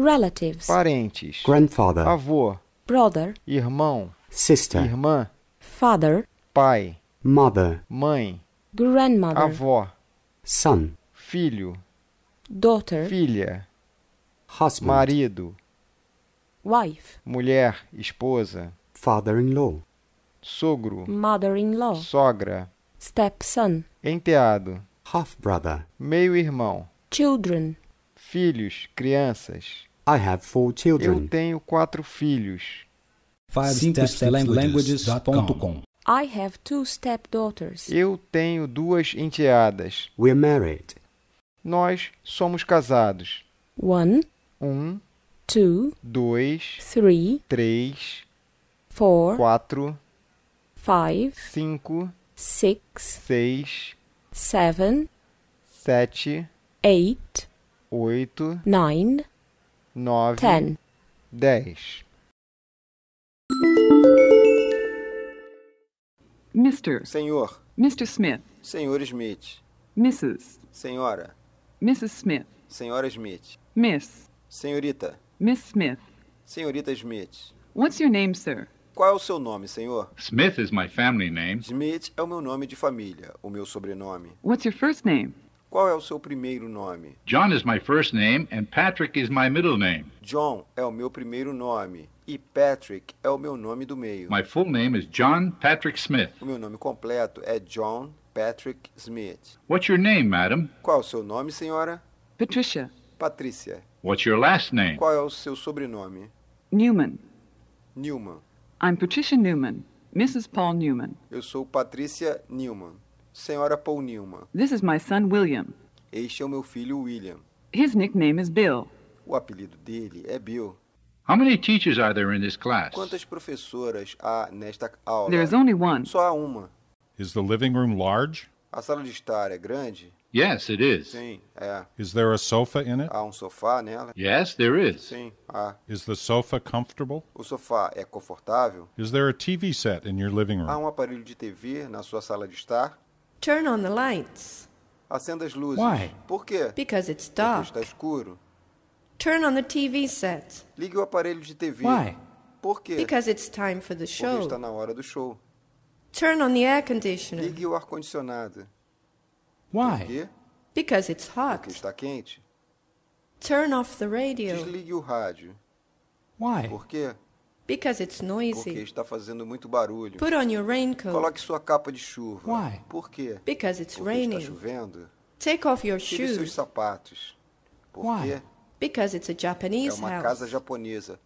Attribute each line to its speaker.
Speaker 1: relatives,
Speaker 2: parentes,
Speaker 3: grandfather,
Speaker 2: avô,
Speaker 1: brother,
Speaker 2: irmão,
Speaker 3: sister,
Speaker 2: irmã,
Speaker 1: father,
Speaker 2: pai,
Speaker 3: mother,
Speaker 2: mãe,
Speaker 1: grandmother,
Speaker 2: avó,
Speaker 3: son,
Speaker 2: filho,
Speaker 1: daughter,
Speaker 2: filha,
Speaker 3: husband,
Speaker 2: marido,
Speaker 1: wife,
Speaker 2: mulher, esposa,
Speaker 3: father-in-law,
Speaker 2: sogro,
Speaker 1: mother-in-law,
Speaker 2: sogra,
Speaker 1: stepson,
Speaker 2: enteado,
Speaker 3: half-brother.
Speaker 2: meio-irmão,
Speaker 1: children.
Speaker 2: filhos, crianças.
Speaker 3: I have four
Speaker 2: Eu
Speaker 3: children.
Speaker 2: tenho quatro filhos.
Speaker 4: 5steplanguages.com
Speaker 1: I have two stepdaughters.
Speaker 2: Eu tenho duas enteadas.
Speaker 3: We're married.
Speaker 2: Nós somos casados.
Speaker 1: One,
Speaker 2: Um,
Speaker 1: two,
Speaker 2: dois,
Speaker 1: three,
Speaker 2: três,
Speaker 1: four,
Speaker 2: quatro,
Speaker 1: five,
Speaker 2: cinco,
Speaker 1: six,
Speaker 2: seis,
Speaker 1: seven,
Speaker 2: sete,
Speaker 1: eight,
Speaker 2: oito,
Speaker 1: nine,
Speaker 2: nove,
Speaker 1: ten.
Speaker 2: dez.
Speaker 5: Mr.
Speaker 6: Senhor,
Speaker 5: Mr. Smith.
Speaker 6: senhor Smith,
Speaker 5: Mrs.
Speaker 6: senhora,
Speaker 5: Mrs. Smith.
Speaker 6: senhora Smith,
Speaker 5: Miss.
Speaker 6: senhorita,
Speaker 5: Miss Smith.
Speaker 6: senhorita Smith.
Speaker 5: What's your name, sir?
Speaker 6: Qual é o seu nome, senhor?
Speaker 7: Smith is my family name.
Speaker 6: Smith é o meu nome de família, o meu sobrenome.
Speaker 5: What's your first name?
Speaker 6: Qual é o seu primeiro nome?
Speaker 7: John is my first name, and Patrick is my middle name.
Speaker 6: John é o meu primeiro nome e Patrick é o meu nome do meio.
Speaker 7: My full name is John Patrick Smith.
Speaker 6: O meu nome completo é John Patrick Smith.
Speaker 7: What's your name, madam?
Speaker 6: Qual é o seu nome, senhora?
Speaker 5: Patricia.
Speaker 6: Patrícia.
Speaker 7: What's your last name?
Speaker 6: Qual é o seu sobrenome?
Speaker 5: Newman.
Speaker 6: Newman.
Speaker 5: I'm Patricia Newman. Mrs. Paul Newman.
Speaker 6: Eu sou Patrícia Newman. Senhora Paul Newman.
Speaker 5: This is my son, William.
Speaker 6: Este é o meu filho William.
Speaker 5: His nickname is Bill.
Speaker 6: O apelido dele é Bill.
Speaker 7: How many teachers are there in this class?
Speaker 6: Quantas professoras há nesta aula?
Speaker 5: There's only one.
Speaker 6: Só há uma.
Speaker 8: Is the living room large?
Speaker 6: A sala de estar é grande?
Speaker 7: Yes, it is.
Speaker 6: Sim, é.
Speaker 8: Is there a sofa in it?
Speaker 6: Há um sofá nela?
Speaker 7: Yes, there is.
Speaker 6: Sim, há.
Speaker 8: Is the sofa comfortable?
Speaker 6: O sofá é confortável?
Speaker 8: Is there a TV set in your living
Speaker 6: Há
Speaker 8: room?
Speaker 6: um aparelho de TV na sua sala de estar?
Speaker 9: Turn on the lights
Speaker 6: Acenda as luzes.
Speaker 4: Why?
Speaker 6: Por quê?
Speaker 9: because it's
Speaker 6: Porque
Speaker 9: dark.
Speaker 6: está escuro.
Speaker 9: Turn on the TV set
Speaker 6: Ligue o aparelho de TV.
Speaker 4: Why?
Speaker 6: Por quê?
Speaker 9: because it's time for the
Speaker 6: Porque está
Speaker 9: show.
Speaker 6: na hora do show.
Speaker 9: Turn on the air conditioner
Speaker 6: Ligue o ar-condicionado. Por
Speaker 4: É. Why?
Speaker 6: quê?
Speaker 9: because it's
Speaker 6: Porque
Speaker 9: hot.
Speaker 6: está quente.
Speaker 9: Turn off the radio
Speaker 6: Desligue o rádio.
Speaker 4: Why?
Speaker 6: Por quê?
Speaker 9: because it's
Speaker 6: Porque
Speaker 9: noisy.
Speaker 6: está fazendo muito barulho.
Speaker 9: Put on your raincoat
Speaker 6: Coloque sua capa de chuva.
Speaker 4: Why?
Speaker 6: Por quê?
Speaker 9: because it's
Speaker 6: Porque está
Speaker 9: raining.
Speaker 6: chovendo.
Speaker 9: Take off your
Speaker 6: Tire seus
Speaker 9: shoes
Speaker 6: sapatos. Por
Speaker 4: Why?
Speaker 6: quê?
Speaker 9: because it's a
Speaker 6: É
Speaker 9: Japanese
Speaker 6: uma casa
Speaker 9: house.
Speaker 6: japonesa.